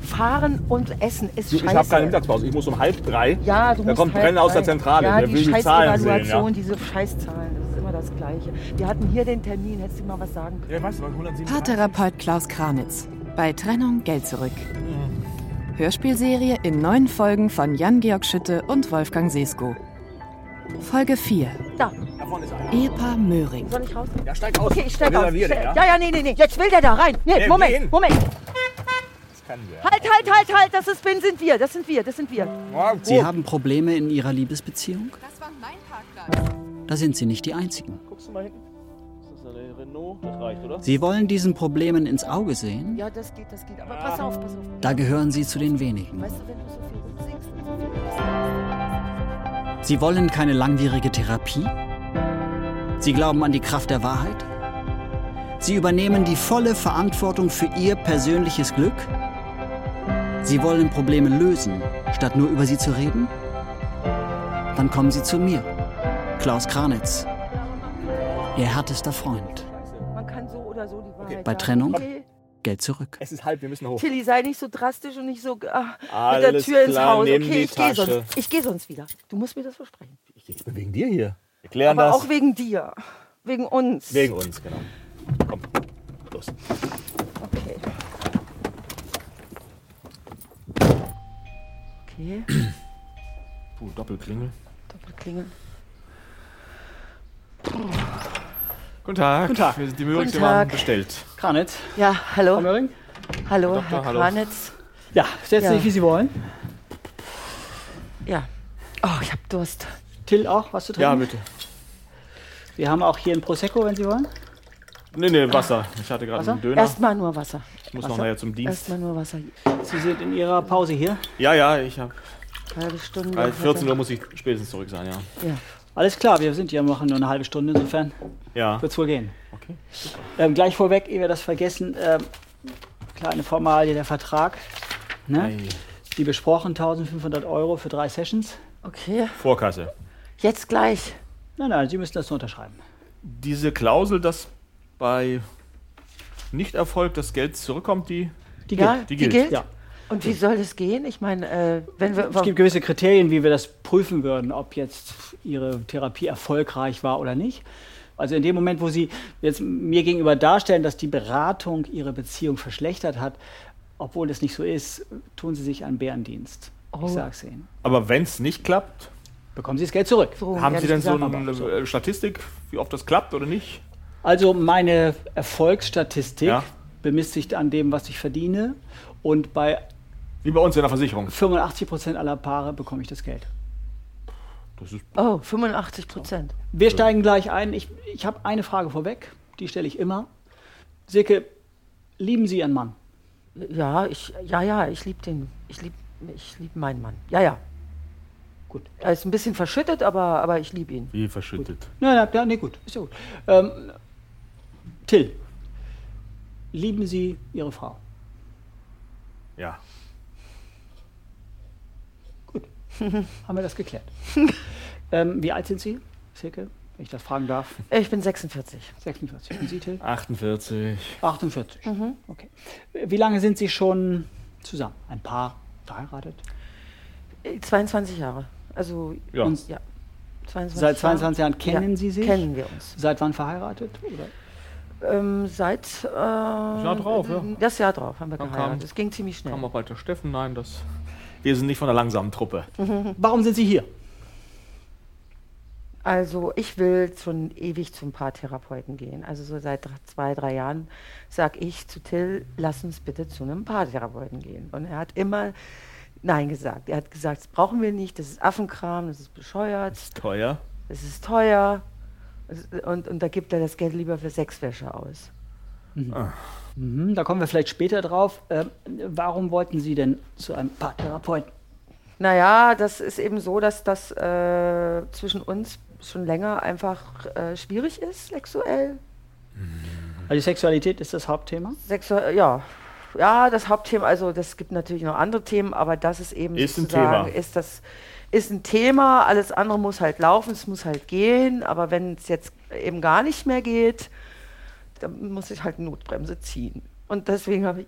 fahren und essen ist Du, scheiße. ich habe keine Mittagspause. Ich muss um halb drei. Ja, du da musst kommt halt Brenner aus der rein. Zentrale. Ja, der die will die Zahlen sehen. Ja. Scheißevaluation, diese Scheißzahlen, das ist immer das Gleiche. Wir hatten hier den Termin, hättest du mal was sagen können. Ja, weißt du, 137. Paartherapeut Klaus Kranitz. Bei Trennung Geld zurück. Hörspielserie in neun Folgen von Jan-Georg Schütte und Wolfgang Sesko. Folge 4. Da, Da vorne ist einer. Ehepaar Möhring. soll ich raus? Ja, steig aus. Okay, ich steig aus. Reservier den, ja? ja? ja, nee, nee, nee, jetzt will der da rein. Nee, Nee, Moment, geh hin. Moment. Das kann der. Halt, halt, halt, halt, das ist, bin, sind wir, das sind wir, das sind wir. Ja, gut. Oh. Sie haben Probleme in Ihrer Liebesbeziehung? Das war mein Parkplatz. Da sind Sie nicht die Einzigen. Guckst du mal hinten? Ist das eine Renault? Das reicht, oder? Sie wollen diesen Problemen ins Auge sehen? Ja, das geht, das geht. Aber pass auf, pass auf. Da gehören Sie zu den wenigen. Weißt du, wenn du so viel singst und so Sie wollen keine langwierige Therapie? Sie glauben an die Kraft der Wahrheit? Sie übernehmen die volle Verantwortung für Ihr persönliches Glück? Sie wollen Probleme lösen, statt nur über sie zu reden? Dann kommen Sie zu mir, Klaus Kranitz, Ihr härtester Freund. viel, man kann so oder so die Wahrheit Okay. Bei sagen. Trennung? Okay. Geld zurück. Äh, Es ist halb, wir müssen hoch. Tilly, sei nicht so drastisch und nicht so ah, mit der Alles Tür ins klar, Haus. nimm Okay, die ich gehe Tasche. sonst, ich geh sonst wieder. Du musst mir das versprechen. Wegen dir hier. Wir klären Aber das. auch wegen dir. Wegen uns. Wegen uns, genau. Komm, los. Okay. Okay, Puh, Doppelklingel. Doppelklingel. Guten Tag. Guten Tag. Wir sind die Möhrings, Guten wir waren Tag. bestellt. Kranitz, Ja, hallo. Möhring? Hallo, Doktor, Herr hallo. Kranitz. Ja, setzen Sie sich, wie Sie wollen. Ja. Oh, ich hab Durst. Till auch was zu trinken? Ja, bitte. Wir haben auch hier ein Prosecco, wenn Sie wollen. Nee, nee, Wasser. Ich hatte gerade einen Döner. Erstmal nur Wasser. ich muss noch nachher zum Dienst. Erstmal nur Wasser. Sie sind in Ihrer Pause hier. Ja, ja, ich habe. Halbe Stunde. Bei 14 Uhr muss ich spätestens zurück sein, ja. Alles klar, wir sind hier, machen nur eine halbe Stunde, insofern Ja. wird es wohl gehen. Okay. Ähm, gleich vorweg, ehe wir das vergessen, ähm, kleine Formalie, der Vertrag, ne? Ei. die besprochen, 1500 Euro für drei Sessions. Okay, Vorkasse. jetzt gleich. Nein, nein, Sie müssen das nur unterschreiben. Diese Klausel, dass bei Nichterfolg das Geld zurückkommt, die. Die Ja, gilt. die die gilt. gilt. Ja. Und wie soll das gehen? Ich meine, äh, wenn wir. Es gibt gewisse Kriterien, wie wir das prüfen würden, ob jetzt Ihre Therapie erfolgreich war oder nicht. Also in dem Moment, wo Sie jetzt mir gegenüber darstellen, dass die Beratung Ihre Beziehung verschlechtert hat, obwohl es nicht so ist, tun Sie sich einen Bärendienst. Oh. Ich sag's Ihnen. Aber wenn es nicht klappt, Bekommen Sie das Geld zurück. So, haben ehrlich Sie denn gesagt, so aber- eine so. äh, Statistik, wie oft das klappt oder nicht? Also meine Erfolgsstatistik Ja. bemisst sich an dem, was ich verdiene. Und bei Wie bei uns in der Versicherung. 85 Prozent aller Paare bekomme ich das Geld. Das ist Oh, 85 Prozent. Wir steigen gleich ein. Ich, ich habe eine Frage vorweg, die stelle ich immer. Silke, lieben Sie Ihren Mann? Ja, ich, ja, ja, ich liebe den. Ich liebe ich lieb meinen Mann. Ja, ja. Gut. Er ist ein bisschen verschüttet, aber, aber ich liebe ihn. wie verschüttet. Nein, nein, nein, nee, gut, ist ja gut. Ähm, Till, lieben Sie Ihre Frau? Ja. Haben wir das geklärt? ähm, wie alt sind Sie, Silke, wenn ich das fragen darf? Äh, Ich bin 46. 46. Und Sie, Till? 48. 48. Okay. Wie lange sind Sie schon zusammen? Ein Paar verheiratet? Äh, 22 Jahre. Also, Ja. Und ja. 22 seit 22 Jahre. Jahren kennen Ja, Sie sich? Kennen wir uns. Seit wann verheiratet? Oder? Ähm, seit. Äh, das Jahr drauf, ja. Das Jahr drauf haben wir Dann geheiratet. kam- es ging ziemlich schnell. Kam auch weiter Steffen, nein, das. Wir sind nicht von der langsamen Truppe. Warum sind Sie hier? Also ich will schon ewig zum Paartherapeuten gehen. Also so seit dr- zwei, drei Jahren sage ich zu Till, lass uns bitte zu einem Paartherapeuten gehen. Und er hat immer Nein gesagt. Er hat gesagt, das brauchen wir nicht, das ist Affenkram, das ist bescheuert, Teuer. das ist teuer. Es- Und, und da gibt er das Geld lieber für Sexwäsche aus. Mhm, da kommen wir vielleicht später drauf. Ähm, warum wollten Sie denn zu einem Paartherapeuten? Naja, das ist eben so, dass das äh, zwischen uns schon länger einfach äh, schwierig ist, sexuell. Also die Sexualität ist das Hauptthema. Sexu äh, ja. Ja, das Hauptthema, also das gibt natürlich noch andere Themen, aber das ist eben Ist ein sozusagen- Thema. ist das ist ein Thema, alles andere muss halt laufen, es muss halt gehen, aber wenn es jetzt eben gar nicht mehr geht, dann muss ich halt eine Notbremse ziehen. Und deswegen habe ich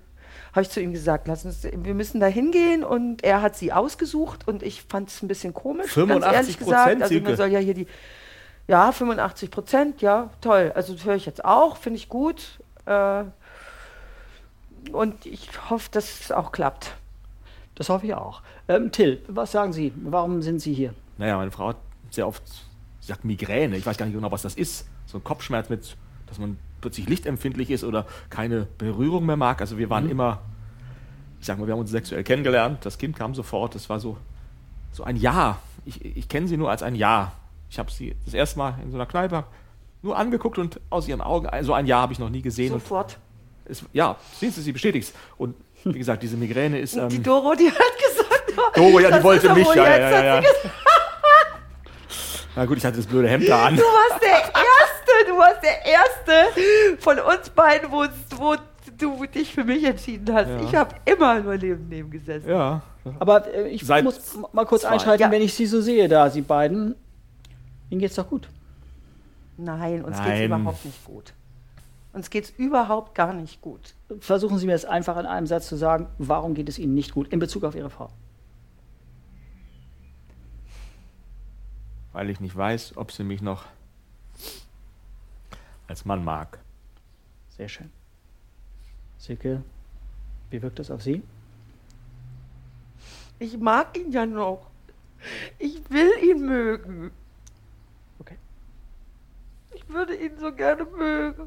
habe ich zu ihm gesagt, lass uns, wir müssen da hingehen und er hat sie ausgesucht und ich fand es ein bisschen komisch, 85% ganz ehrlich gesagt. Also Silke. man soll ja hier die, ja, 85 Prozent, ja, toll. Also das höre ich jetzt auch, finde ich gut. Äh, und ich hoffe, dass es auch klappt. Das hoffe ich auch. Ähm, Till, was sagen Sie? Warum sind Sie hier? Naja, meine Frau hat sehr oft, sie sagt Migräne, ich weiß gar nicht genau, was das ist. So ein Kopfschmerz mit, dass man plötzlich lichtempfindlich ist oder keine Berührung mehr mag. Also wir Mhm. waren immer, ich sag mal, wir haben uns sexuell kennengelernt, das Kind kam sofort, das war so, so ein Jahr. Ich, ich kenne sie nur als ein Jahr. Ich habe sie das erste Mal in so einer Kneipe nur angeguckt und aus ihren Augen, so ein Jahr habe ich noch nie gesehen. Und Sofort. es, ja, sehen Sie, sie bestätigt Und wie gesagt, diese Migräne ist... die Ähm, Doro, die hat gesagt, Doro, ja, die das wollte ist er mich, wohl ja, ja, jetzt, ja, hat sie ja. gesagt. na gut, ich hatte das blöde Hemd da an. Du warst der Erste, du warst der Erste von uns beiden, wo, wo du dich für mich entschieden hast. Ja. Ich habe immer nur neben dem gesessen. Ja, Aber äh, ich Seit muss m- mal kurz zwei. einschalten, Ja. wenn ich Sie so sehe, da Sie beiden. Ihnen geht's doch gut. Nein, uns geht's Nein. überhaupt nicht gut. Uns geht's überhaupt gar nicht gut. Versuchen Sie mir das einfach in einem Satz zu sagen, warum geht es Ihnen nicht gut in Bezug auf Ihre Frau? weil ich nicht weiß, ob sie mich noch als Mann mag. Sehr schön. Silke, wie wirkt das auf Sie? Ich mag ihn ja noch. Ich will ihn mögen. Okay. Ich würde ihn so gerne mögen.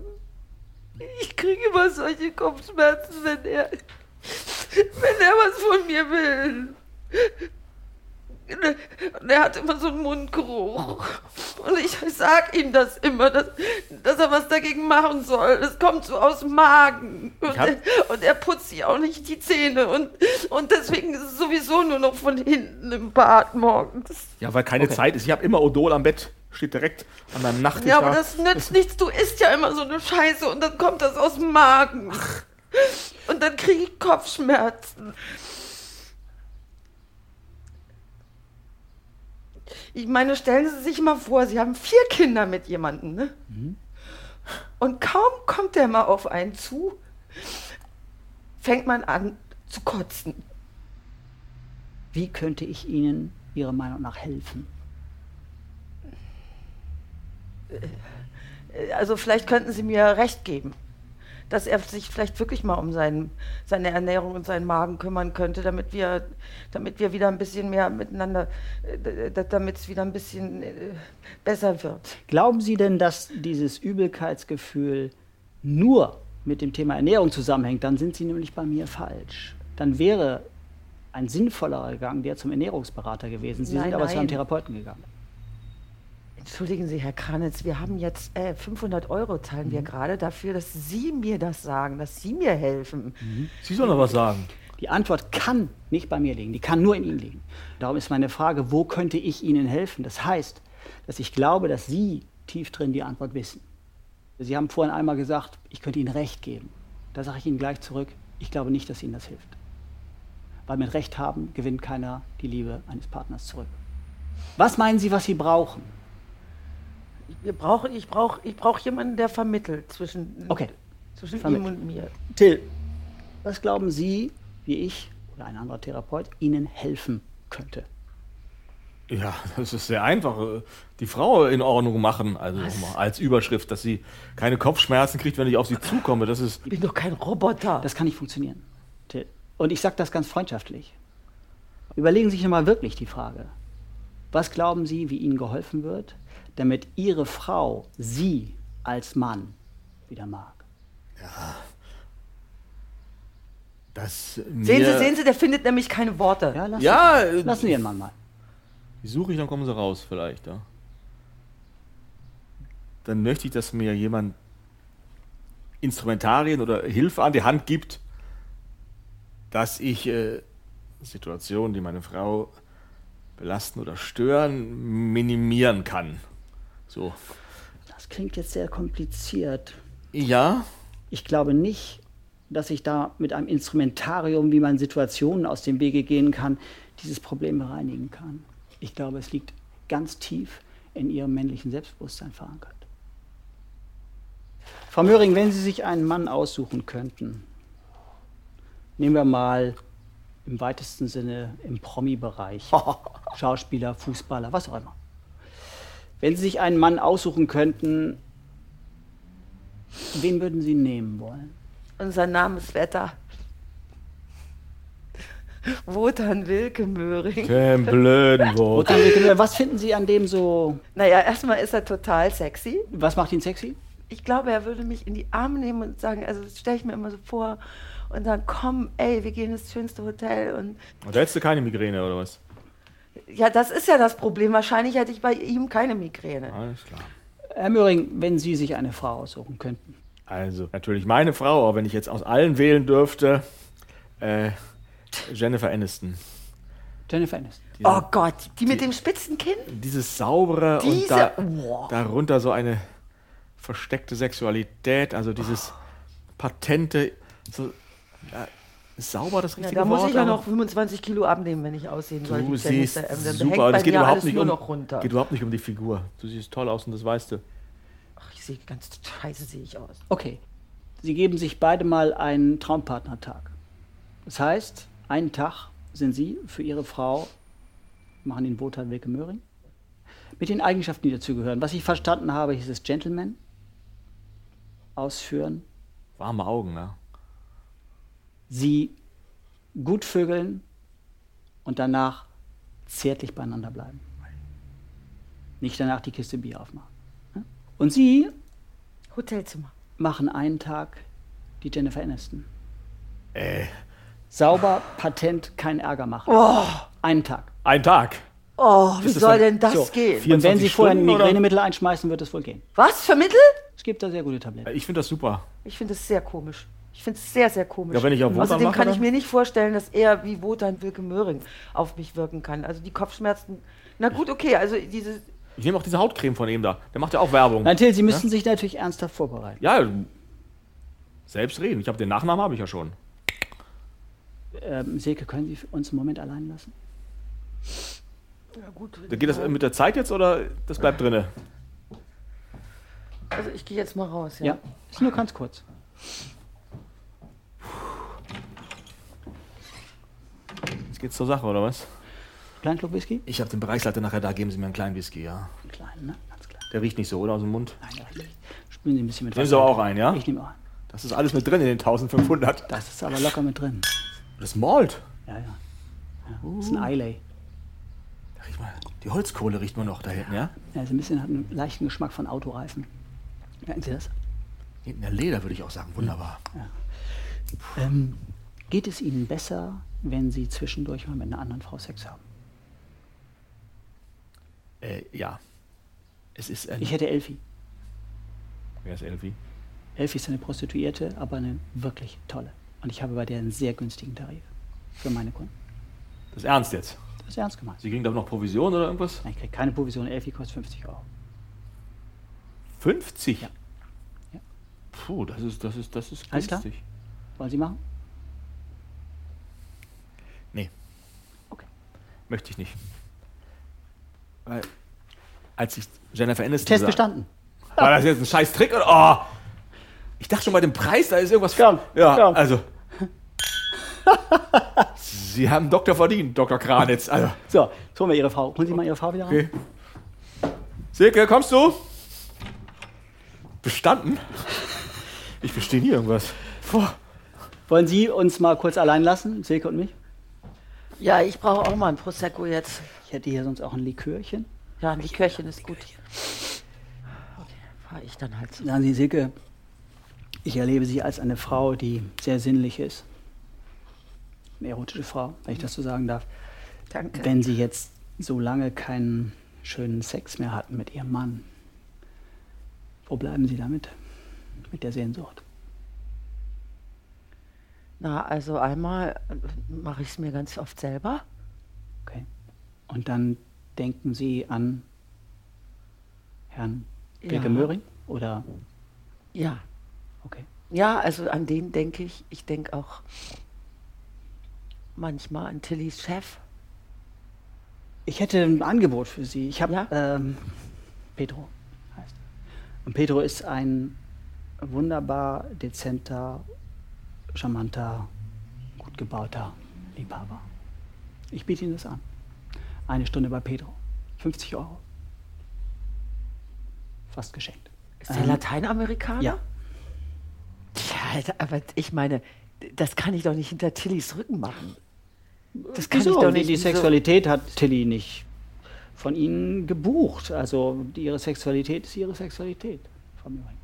Ich kriege immer solche Kopfschmerzen, wenn er, wenn er was von mir will. Und er hat immer so einen Mundgeruch. Und ich sag ihm das immer, dass, dass er was dagegen machen soll. Das kommt so aus dem Magen. Und, hab- er, und er putzt sich auch nicht die Zähne. Und, und deswegen ist es sowieso nur noch von hinten im Bad morgens. Ja, weil keine Zeit ist. Ich habe immer Odol am Bett, steht direkt an meinem Nachttisch. Ja, aber da. das nützt nichts. Du isst ja immer so eine Scheiße und dann kommt das aus dem Magen. Und dann kriege ich Kopfschmerzen. Ich meine, stellen Sie sich mal vor, Sie haben vier Kinder mit jemandem, ne? Und kaum kommt der mal auf einen zu, fängt man an zu kotzen. Wie könnte ich Ihnen Ihrer Meinung nach helfen? also vielleicht könnten Sie mir recht geben, dass er sich vielleicht wirklich mal um seinen, seine Ernährung und seinen Magen kümmern könnte, damit wir, damit wir wieder ein bisschen mehr miteinander, äh, damit es wieder ein bisschen äh, besser wird. Glauben Sie denn, dass dieses Übelkeitsgefühl nur mit dem Thema Ernährung zusammenhängt? Dann sind Sie nämlich bei mir falsch. Dann wäre ein sinnvollerer Gang der zum Ernährungsberater gewesen. Sie Nein, sind aber zu einem nein. Therapeuten gegangen. Entschuldigen Sie, Herr Kranitz, wir haben jetzt äh, 500 Euro zahlen Mhm. wir gerade dafür, dass Sie mir das sagen, dass Sie mir helfen. Mhm. Sie soll noch was sagen. Die Antwort kann nicht bei mir liegen, die kann nur in Ihnen liegen. Darum ist meine Frage, wo könnte ich Ihnen helfen? Das heißt, dass ich glaube, dass Sie tief drin die Antwort wissen. Sie haben vorhin einmal gesagt, ich könnte Ihnen Recht geben. Da sage ich Ihnen gleich zurück, ich glaube nicht, dass Ihnen das hilft. Weil mit Recht haben gewinnt keiner die Liebe eines Partners zurück. Was meinen Sie, was Sie brauchen? Wir brauchen, ich brauche ich brauch jemanden, der vermittelt zwischen, Okay. zwischen ihm Vermittelt. und mir. Till, was glauben Sie, wie ich oder ein anderer Therapeut Ihnen helfen könnte? Ja, das ist sehr einfach. äh, Die Frau in Ordnung machen, also nochmal als Überschrift, dass sie keine Kopfschmerzen kriegt, wenn ich auf sie zukomme. Das ist. Ich bin doch kein Roboter. Das kann nicht funktionieren, Till. Und ich sage das ganz freundschaftlich. Überlegen Sie sich nochmal wirklich die Frage. Was glauben Sie, wie Ihnen geholfen wird, damit Ihre Frau Sie als Mann wieder mag? Das sehen Sie, sehen Sie, der findet nämlich keine Worte. Ja, lassen, Ja, äh, lassen Sie Ihren Mann mal. die suche ich, dann kommen sie raus, vielleicht. Ja. Dann möchte ich, dass mir jemand Instrumentarien oder Hilfe an die Hand gibt, dass ich äh, Situationen, die meine Frau belasten oder stören, minimieren kann. So. Das klingt jetzt sehr kompliziert. Ja, Ich glaube nicht, dass ich da mit einem Instrumentarium, wie man Situationen aus dem Wege gehen kann, dieses Problem bereinigen kann. Ich glaube, es liegt ganz tief in ihrem männlichen Selbstbewusstsein verankert. Frau Möhring, wenn Sie sich einen Mann aussuchen könnten, nehmen wir mal im weitesten Sinne im Promi-Bereich, Schauspieler, Fußballer, was auch immer. Wenn Sie sich einen Mann aussuchen könnten, wen würden Sie nehmen wollen? Unser Name ist Wetter. Wotan Wilke Möhring. Kein blöden Wort. Wotan Wilke Möhring, Was finden Sie an dem so, Naja, erstmal ist er total sexy. was macht ihn sexy? Ich glaube, er würde mich in die Arme nehmen und sagen, also das stelle ich mir immer so vor und sagen, komm, ey, wir gehen ins schönste Hotel und Und da hättest du keine Migräne oder was? ja, das ist ja das Problem. Wahrscheinlich hätte ich bei ihm keine Migräne. Alles klar. Herr Möhring, wenn Sie sich eine Frau aussuchen könnten. Also, natürlich meine Frau, aber wenn ich jetzt aus allen wählen dürfte, äh, Jennifer Aniston. Jennifer Aniston. Oh Gott, die mit dem spitzen Kinn? Dieses saubere Diese- und da, Wow. darunter so eine versteckte Sexualität, also dieses patente, so, ja, sauber das Ja, richtige da Wort. muss ich ja aber- noch 25 Kilo abnehmen, wenn ich aussehen soll. Du wie siehst Jennifer Aniston. Dann super, und hängt es bei geht mir überhaupt alles nicht nur um, noch runter. geht überhaupt nicht um die Figur. Du siehst toll aus und das weißt du. Ach, ich sehe ganz scheiße sehe ich aus. Okay. Sie geben sich beide mal einen Traumpartnertag. Das heißt, einen Tag sind Sie für Ihre Frau, machen den Wotan Wilke Möhring, mit den Eigenschaften, die dazugehören. Was ich verstanden habe, hieß es Gentleman, ausführen, Warme Augen, ne? Sie gut vögeln und danach zärtlich beieinander bleiben. Nicht danach die Kiste Bier aufmachen. ne? Und Sie Hotelzimmer. machen einen Tag die Jennifer Aniston. Äh. Sauber, patent, kein Ärger machen. Einen Tag. Ein Tag. Oh, wie Ist das soll dann- denn das so, gehen? vier- Und wenn 24 Sie vorher ein Stunden, oder? Migränemittel einschmeißen, wird es wohl gehen. Was für Mittel? Es gibt da sehr gute Tabletten. Ich finde das super. Ich finde das sehr komisch. Ich finde es sehr, sehr komisch. Ja, wenn ich auf Wotan Außerdem mache, kann ich dann- mir nicht vorstellen, dass er wie Wotan Wilke Möhring auf mich wirken kann. Also die Kopfschmerzen. Na gut, okay, also diese. Ich nehme auch diese Hautcreme von ihm da. Der macht ja auch Werbung. Nein, Till, Sie müssen sich natürlich ernsthaft vorbereiten. Ja, selbst reden. Ich habe den Nachnamen habe ich ja schon. Ähm, Silke, können Sie uns einen Moment allein lassen? Na gut, Da Geht das mit der Zeit jetzt oder das bleibt drinne? also ich gehe jetzt mal raus. Ja, Ja. ist nur ganz kurz. Jetzt geht's zur Sache oder was? Kleinen Schluck Whisky? Ich habe den Bereichsleiter nachher da, geben Sie mir einen kleinen Whisky, ja. Einen kleinen, ne? Ganz klein. Der riecht nicht so, oder? Aus dem Mund. Nein, reicht nicht. Spülen Sie ein bisschen mit Nehmen Sie aber auch einen, ja? Ich nehme auch einen. Das ist alles mit drin in den 1500. Das ist aber locker mit drin. Das Malt. Ja, ja. ja. Ist ein Eiley. Da riecht mal. Die Holzkohle riecht man noch da hinten, ja? Ja, ist ein bisschen hat einen leichten Geschmack von Autoreifen. Merken Sie das? Hinten der Leder, würde ich auch sagen. Wunderbar. Ähm, geht es Ihnen besser, wenn Sie zwischendurch mal mit einer anderen Frau Sex haben? Äh, ja. Es ist ein. Ich hätte Elfi. Wer ist Elfi? Elfi ist eine Prostituierte, aber eine wirklich tolle. Und ich habe bei der einen sehr günstigen Tarif für meine Kunden. Das ist ernst jetzt. Das ist ernst gemeint. Sie kriegen da noch Provision oder irgendwas? Nein, Ich kriege keine Provision. Elfi kostet 50 Euro. 50? Ja. Ja. Puh, das ist, das ist, das ist Alles günstig. klar? Wollen Sie machen? Nee. Okay. Möchte ich nicht. Weil, als ich Jennifer Aniston Test sah- bestanden. War das jetzt ein scheiß Trick oder? Oh! Ich dachte schon bei dem Preis, da ist irgendwas. Komm, ja, komm. also. Sie haben Doktor verdient, Dr. Kranitz. Also, So, jetzt holen wir Ihre Frau. Holen Sie mal Ihre Frau wieder rein. okay. Silke, kommst du? Bestanden? Ich bestehe nie irgendwas. Boah. Wollen Sie uns mal kurz allein lassen, Silke und mich? ja, ich brauche auch mal ein Prosecco jetzt. Ich hätte hier sonst auch ein Likörchen. Ja, die Köchin ist gut. Okay, fahre ich dann halt so. Sagen Sie, Silke, ich erlebe Sie als eine Frau, die sehr sinnlich ist. Eine erotische Frau, wenn ich das so sagen darf. Danke. Wenn Sie jetzt so lange keinen schönen Sex mehr hatten mit Ihrem Mann, wo bleiben Sie damit? Mit der Sehnsucht. Na, also einmal äh, mache ich es mir ganz oft selber. Okay. Und dann denken Sie an Herrn Wilke Ja. Möhring? Oder, Ja. okay. Ja, also an den denke ich. Ich denke auch manchmal an Tillys Chef. Ich hätte ein Angebot für Sie. Ich habe Ja? ähm, Pedro heißt. er. Und Pedro ist ein wunderbar dezenter, charmanter, gut gut gebauter Liebhaber. Ich biete Ihnen das an. Eine Stunde bei Pedro. 50 Euro. Fast geschenkt. Ist der Ähm, Lateinamerikaner? Ja. Tja, Alter, aber ich meine, das kann ich doch nicht hinter Tillys Rücken machen. Das kann Wieso? ich doch Die- nicht. Die wieso? Sexualität hat Tilly nicht von Ihnen gebucht. Also die- ihre Sexualität ist ihre Sexualität. Vom Übrigen.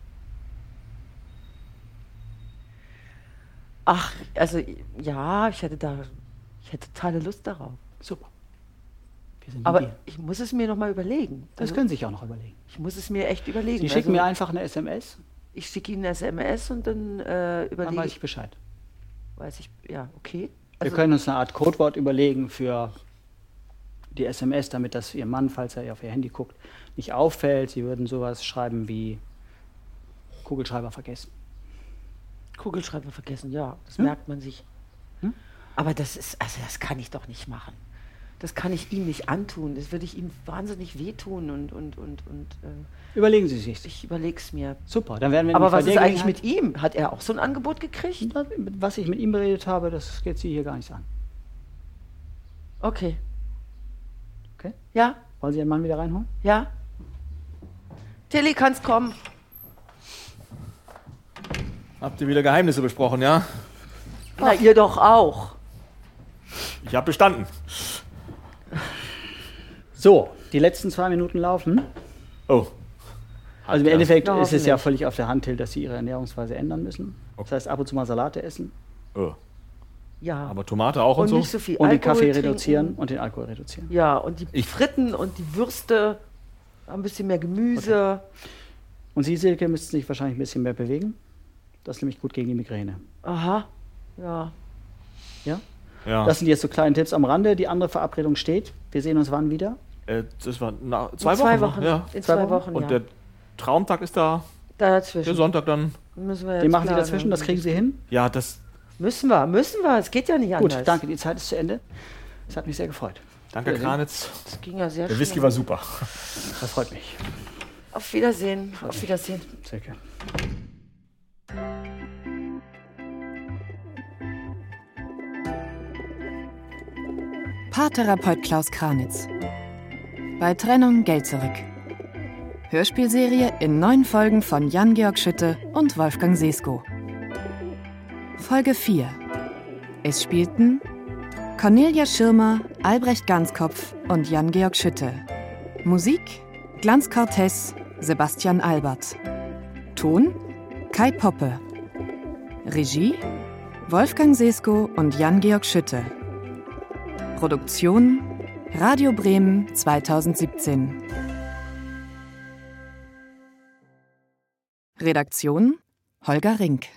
Ach, also ja, ich hätte da, ich hätte totale Lust darauf. Super. Wir sind Aber mit dir. ich muss es mir noch mal überlegen. Das Also, können Sie sich auch noch überlegen. ich muss es mir echt überlegen. Sie schicken also, mir einfach eine SMS, ich schicke Ihnen eine SMS und dann äh, dann überlege weiß ich ich, Bescheid. weiß ich, ja, okay. Wir können uns eine Art Codewort überlegen für die SMS, damit das Ihr Mann, falls er auf Ihr Handy guckt, nicht auffällt. Sie würden sowas schreiben wie Kugelschreiber vergessen. Kugelschreiber vergessen, ja, das Hm? merkt man sich. Hm? Aber das ist, also das kann ich doch nicht machen. Das kann ich ihm nicht antun. Das würde ich ihm wahnsinnig wehtun und und und und. Äh, Überlegen Sie sich. ich überleg's mir. Super, dann werden wir Aber bei was der ist eigentlich Gelegenheit- mit ihm? Hat er auch so ein Angebot gekriegt? Na, mit Was ich mit ihm beredet habe, das geht Sie hier gar nichts an. Okay. Okay. Ja, Wollen Sie Ihren Mann wieder reinholen? ja. Tilly, kannst kommen. Habt ihr wieder Geheimnisse besprochen, ja? Na, ihr doch auch. Ich habe bestanden. So, die letzten zwei Minuten laufen. Oh. Also im Endeffekt Na, ist es ja hoffentlich. völlig auf der Hand, Till, dass Sie Ihre Ernährungsweise ändern müssen. Das heißt, ab und zu mal Salate essen Oh. Ja. Aber Tomate auch und, und so? nicht so viel und den Alkohol Kaffee trinken. reduzieren und den Alkohol reduzieren. Ja, und die Ich- Fritten und die Würste, ein bisschen mehr Gemüse. Und Sie, Silke, müssten sich wahrscheinlich ein bisschen mehr bewegen. Das ist nämlich gut gegen die Migräne. Aha. Ja. Ja? ja. Das Das, sind jetzt so kleine Tipps am Rande. Die andere Verabredung steht. Wir sehen uns wann wieder? äh, das war na, zwei, in zwei Wochen. Wochen. ne? Ja. In Zwei zwei, Wochen? Wochen, Und ja. der Traumtag ist da. Der Dazwischen. Sonntag dann. Müssen wir Den jetzt machen Sie planen. dazwischen, das kriegen Sie hin. Ja, das. Müssen wir, müssen wir. Es geht ja nicht Gut, anders. danke, die Zeit ist zu Ende. Es hat mich sehr gefreut. Danke, Kranitz. Das ging ja sehr Der Whisky schnell. war super. Das freut mich. Auf Wiedersehen. Auf Wiedersehen. Silke. Paartherapeut Klaus Kranitz. Bei Trennung Geld zurück. Hörspielserie in neun Folgen von Jan-Georg Schütte und Wolfgang Sesko. Folge 4. Es spielten Cornelia Schirmer, Albrecht Ganzkopf und Jan-Georg Schütte. Musik Glanz Cortez, Sebastian Albert. Ton Kai Poppe. Regie Wolfgang Sesko und Jan-Georg Schütte. Produktion Radio Bremen 2017. Redaktion Holger Rink.